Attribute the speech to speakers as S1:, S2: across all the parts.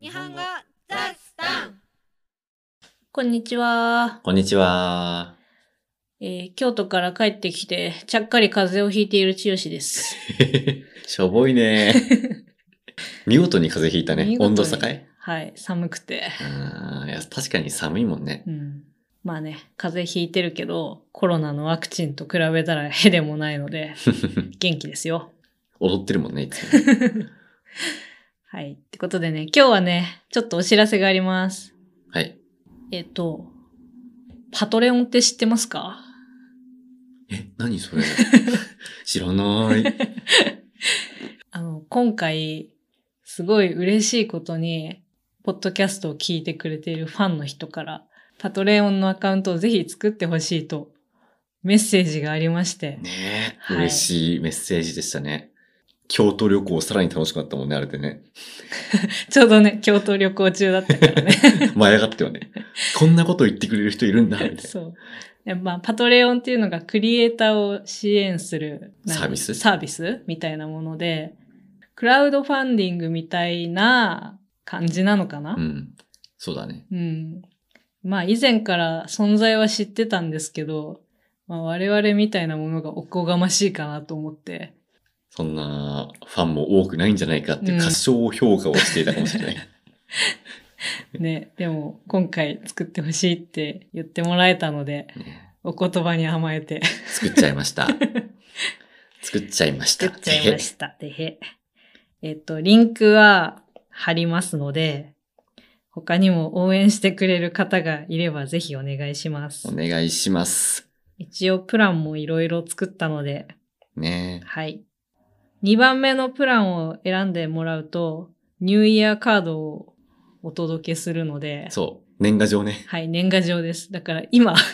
S1: 日本語ザスタン
S2: こんにちは、
S3: こんにち は。
S2: えー京都から帰ってきて、ちゃっかり風邪をひいている千代です。
S3: しょぼいね。見事に風邪ひいたね
S2: 見。事に
S3: 温度差かい
S2: はい、寒くて。
S3: あーいや確かに寒いもんね。
S2: うん。まあね、風邪ひいてるけど、コロナのワクチンと比べたらへでもない ので、元気ですよ。
S3: 踊ってるもんね、いつ も。
S2: はい。ってことでね、今日はね、ちょっとお知らせがあります。
S3: はい。
S2: えっ、と、パトレオンって知ってますか
S3: え、何そ れ知らない。
S2: あの、今回、すごい嬉しいことに、ポッドキャストを聞いてくれているファンの人から、パトレオンのアカウントをぜひ作ってほしいと、メッセージがありまして、
S3: ねえ、
S2: はい
S3: 嬉しいメッセージでしたね。京都旅行さらに楽しかったもんね、あれでね。
S2: ちょうどね、京都旅行中だったからね。
S3: 舞い上がったよね。こんなこと言ってくれる人いるんだ、みたいな。
S2: そう。でまあ、パトレオンっていうのがクリエイターを支援するなんか
S3: サービス
S2: サービスみたいなもので、クラウドファンディングみたいな感じなのかな、
S3: うん。そうだね。
S2: うん。まあ以前から存在は知ってたんですけど、まあ、我々みたいなものがおこがましいかなと思って。
S3: そんなファンも多くないんじゃないかっていう過小評価をしていたかもしれない。
S2: ね、でも今回作ってほしいって言ってもらえたので、
S3: ね
S2: お言葉に甘えて
S3: 作っちゃいました。作っちゃいました。
S2: 作っちゃいま した。てへ。えっと、リンクは貼りますので、他にも応援してくれる方がいればぜひお願いします
S3: お。願いします。
S2: 一応プランもいろいろ作ったので、
S3: ね
S2: はい。2番目のプランを選んでもらうと、ニューイヤーカードをお届けするので、
S3: そう。年賀状ね。
S2: はい、年賀状です。だから今、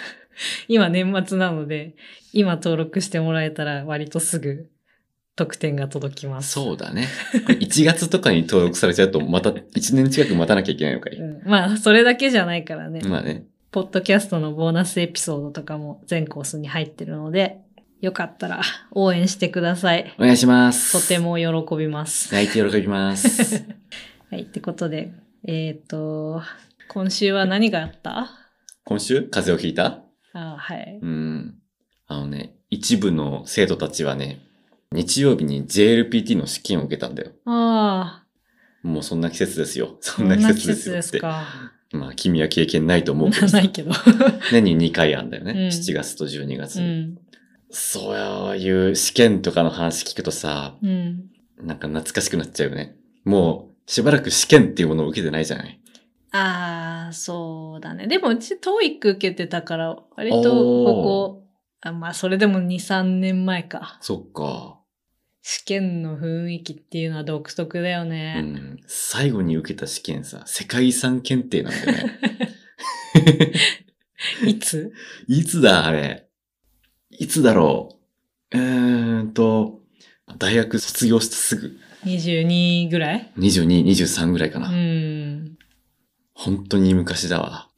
S2: 今年末なので、今登録してもらえたら割とすぐ特典が届きます。
S3: そうだね。これ1月とかに登録されちゃうと、また1年近く待たなきゃいけないのかい。
S2: うんまあ、それだけじゃないからね。
S3: まあね。
S2: ポッドキャストのボーナスエピソードとかも全コースに入ってるので、よかったら応援してください。
S3: お願いします。
S2: とて。も喜びます。
S3: 泣いて喜び ます。
S2: はい、ってことで、えっ、と、今週は何があった
S3: 今週、風邪をひいた
S2: あはい。
S3: うん。あのね、一部の生徒たちはね、日曜日に JLPT の試験を受けたんだよ。
S2: ああ、
S3: もうそんな季節ですよ。そ
S2: こ
S3: ん
S2: ん
S3: な
S2: な
S3: 季節
S2: 季
S3: で
S2: 節
S3: すよ
S2: で
S3: っ
S2: す
S3: て。
S2: か。
S3: まあ、君は経験ないと思うけどさ
S2: ないけど。
S3: 年に2回あんだよね。
S2: うん
S3: 7月と12月
S2: う
S3: に。
S2: ん。
S3: そういう試験とかの話聞くとさ、
S2: うん。
S3: なんか懐かしくなっちゃうよね。もう、しばらく試験っていうものを受けてないじゃない
S2: ああ、そうだね。でもうち、トーイック受けてたから、割とここ、あまあ、それでも2、3年前か。
S3: そっか。
S2: 試験の雰囲気っていうのは独特だよ
S3: う
S2: ね。
S3: ん。最後に受けた試験さ、世界遺産検定なんだよね。
S2: いつ
S3: いつだ、あれ。いつだろう。うーんと、大学卒業してすぐ、
S2: ?22 ぐらい
S3: 22、23ぐらいか
S2: う
S3: な。
S2: ん。
S3: 本当に昔だわ。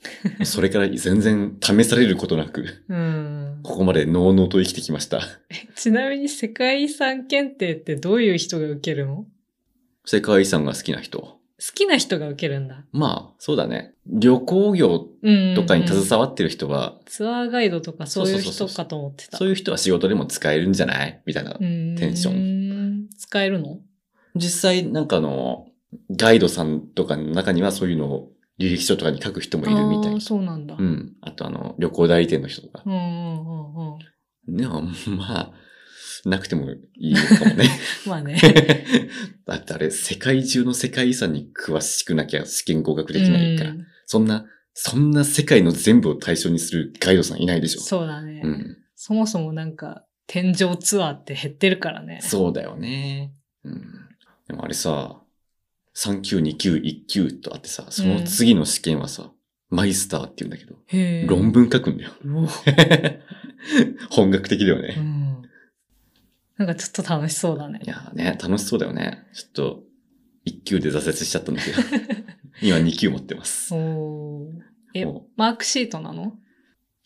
S3: それから全然試されることなく、
S2: うん。
S3: ここまでのうのうと生きてきました。
S2: ちなみに世界遺産検定ってどういう人が受けるの
S3: 世界遺産が好きな人。
S2: 好きな人が受けるんだ。
S3: まあ、そうだね。旅行業
S2: うん
S3: とかに
S2: わ
S3: 携わってる人は、
S2: ツアーガイドとかそういう
S3: そうそ
S2: 人
S3: うそうそ
S2: かと思ってた。
S3: そういう人は仕事でも使えるんじゃないみたいな。
S2: う
S3: テンショ
S2: ン。使えるの
S3: 実際、なんかあの、ガイドさんとかの中にはそういうのを履歴書とかに書く人もいるみた
S2: あ
S3: い
S2: ー。そうなんだ。
S3: う。ん。あとあの、旅行代理店の人とか。
S2: うんうんうんうん。
S3: でも、まあ、なくてもいいのかも ね。
S2: まあね。
S3: だってあれ、世界中の世界遺産に詳しくなきゃ試験合 格できないから。
S2: うん
S3: そんな、そんな世界の全部を対象にするガイドさんいないでしょ。
S2: そうだね、
S3: うん。
S2: そもそもなんか、天井ツアーって減ってるからね。
S3: そうだよね。うん。でもあれさ、3級、2級、1級とあってさ、その次の試験はさ、マイスターって言うんだけど、
S2: へー
S3: 論文書くんだよ。
S2: うお
S3: 本格的だよ
S2: う
S3: ね。
S2: ん。なんかちょっと楽しそうだね
S3: い。やーね、楽しそうだよね。ちょっと、1級で挫折しちゃったんだけど、 今2級持ってます。
S2: おーえ
S3: も、
S2: マークシートなの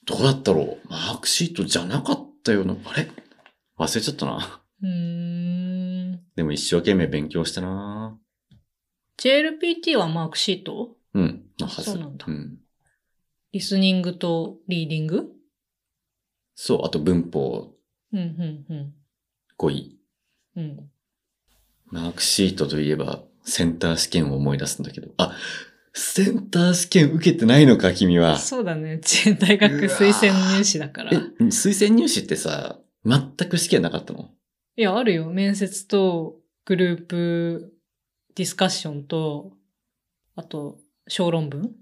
S3: どうだったろうマークシートじゃなかったような、あれ忘れちゃったな。
S2: うーん。
S3: でも一生懸命勉強したな
S2: JLPT はマークシート
S3: うん。のはず。
S2: そうなんだ
S3: うん。
S2: リスニングとリーディング
S3: そう、あと文法
S2: うん、うん、
S3: 語彙。
S2: うん。うん。
S3: マークシートといえば、センター試験を思い出すんだけど、あ、センター試験受けてないのか、君は。
S2: そうだね。 ち大学推薦入試だから。
S3: え
S2: い、
S3: 推薦入試ってさ、全く試験なかったの
S2: や、あるよ。面接とグループディスカッションと、あと、小論文、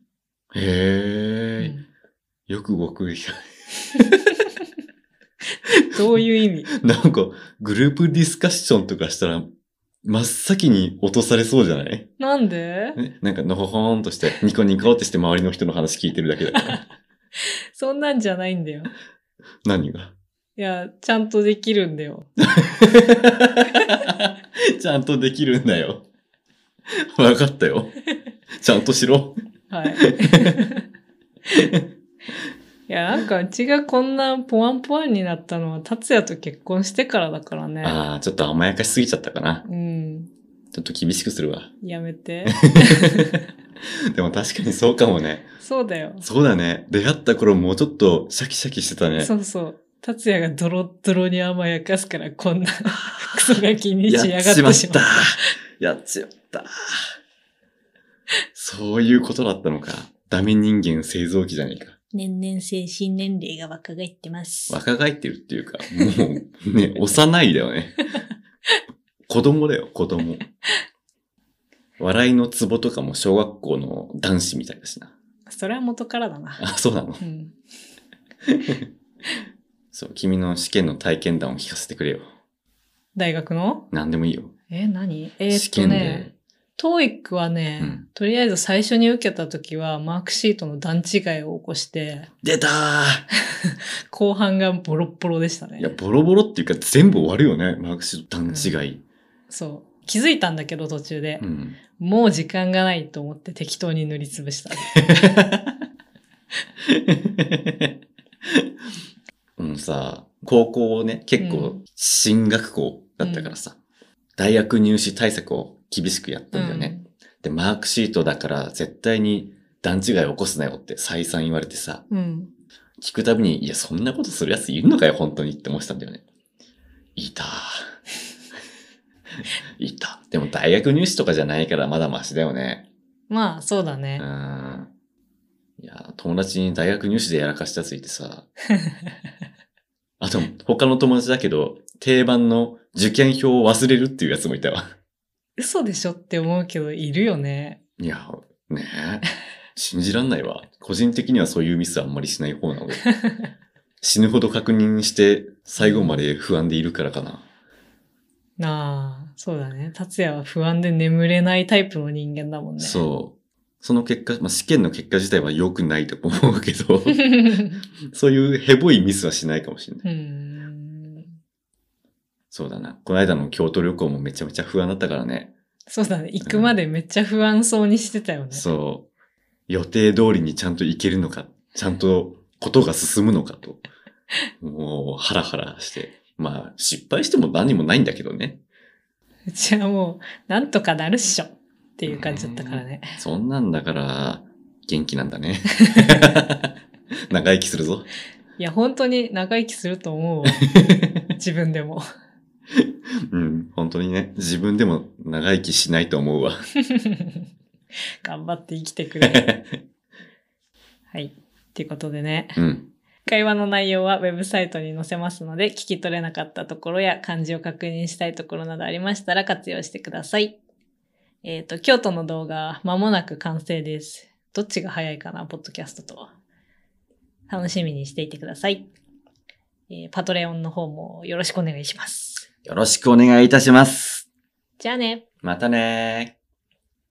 S3: へ
S2: う
S3: え、
S2: ん、
S3: よく僕、 いや
S2: どういう意 味
S3: なんか、グループディスカッションとかしたら、真っ先に落とされそうじゃない
S2: なんで
S3: ねなんか、のほほーんとして、ニコニコってして周りの人の話聞いてるだけだ から。
S2: そんなんじゃないんだよ。
S3: 何 が
S2: いや、ちゃんとできるんだよ。
S3: ちゃんとできるんだよ。わかったよ。ちゃんとしろ。
S2: はい。いや、なんかうちがこんなポワンポワンになったのは、達也と結婚してからだからね。
S3: ああ、ちょっと甘やかしすぎちゃったかな。
S2: うん。
S3: ちょっと厳しくするわ。
S2: やめて。
S3: でも確かにそうかもね。
S2: そうだよ。
S3: そうだね。出会った頃もうちょっとシャキシャキしてたね。
S2: そうそう。達也がドロッドロに甘やかすから、こんな クソガキに仕上がってしまった。
S3: やっちまった。そういうことだったのか。ダメ人間製造機じゃねえか。
S2: 年々精神年齢が若返ってます。
S3: 若返ってるっていうか、もう ね、幼いだよね。子供だよ、子供。笑いのツボとかも小学校の男子みたいだしな。
S2: それは元からだな。
S3: あ、そうなの
S2: うん。
S3: そう、君の試験の体験談を聞かせてくれよ。
S2: 大学の
S3: 何でもいいよ。
S2: え、何えー
S3: 試
S2: っと
S3: 験
S2: ね
S3: で。。
S2: トーイックはね、
S3: うん
S2: とりあえず最初に受けた時はマークシートの段違いを起こして、
S3: 出たー
S2: 後半がボロッボロでしたね
S3: いや、。ボロボロっていうか全部終わるよね。マークシート段違い。
S2: そう。気づいたんだけど途中で、
S3: うん。
S2: もう時間がないと思って適当に塗りつぶした。
S3: うんさ、高校をね、結
S2: う
S3: 構
S2: ん
S3: 進学校だったからさ、大学入試対策を厳しくやったんだよね。で、マークシートだから絶対に段違い起こすなよって再三言われてさ、
S2: うん。うん。
S3: 聞くたびに、いや、そんなことするやついるのかよ、本当にって思ってたんだよね。いた。 いた。でも大学入試とかじゃないからまだマシだよね。
S2: まあ、そうだ
S3: う
S2: ね。
S3: ん。いや、友達に大学入試でやらかしたやついてさ。あと、他の友達だけど、定番の受験票を忘れるっていうやつもいたわ。
S2: 嘘でしょって思うけど、いるよね。
S3: いや、ねえ。信じらんないわ。個人的にはそういうミスあんまりしない方なので。死ぬほど確認して、最後まで不安でいるからかな。
S2: なあ、そうだね。達也は不安で眠れないタイプの人間だもんね。、
S3: そう。その結果、まあ、試験の結果自体は良くないと思うけど
S2: う
S3: そういうヘボいミスはしないかもしれない。
S2: ん。
S3: そうだな。この間の京都旅行もめちゃめちゃ不安だったからね。
S2: そうだね。行くまでめっちゃ不安そうにしてたよね。
S3: そう。予定通りにちゃんと行けるのか、ちゃんとことが進むのかと。もう、ハラハラして。まあ、失敗しても何もないんだけどね。
S2: うちはもう、なんとかなるっしょっていう感じだったからね。
S3: そんなんだから、元気なんだね。長生きするぞ。
S2: いや、本当に長生きすると 思うわ。自分でも。
S3: うん、本当にね。自分でも長生きしないと思うわ。
S2: 頑張って生きてくれ。はい。ということでね。
S3: うん。
S2: 会話の内容はウェブサイトに載せますので、聞き取れなかったところや漢字を確認したいところなどありましたら活用してください。えっ、と、京都の動画、まもなく完成です。どっちが早いかな、ポッドキャストと。楽しみにしていてください。えーパトレオンの方もよろしくお願いします。
S3: よろしくお願いいたします。
S2: じゃあね。
S3: またねー。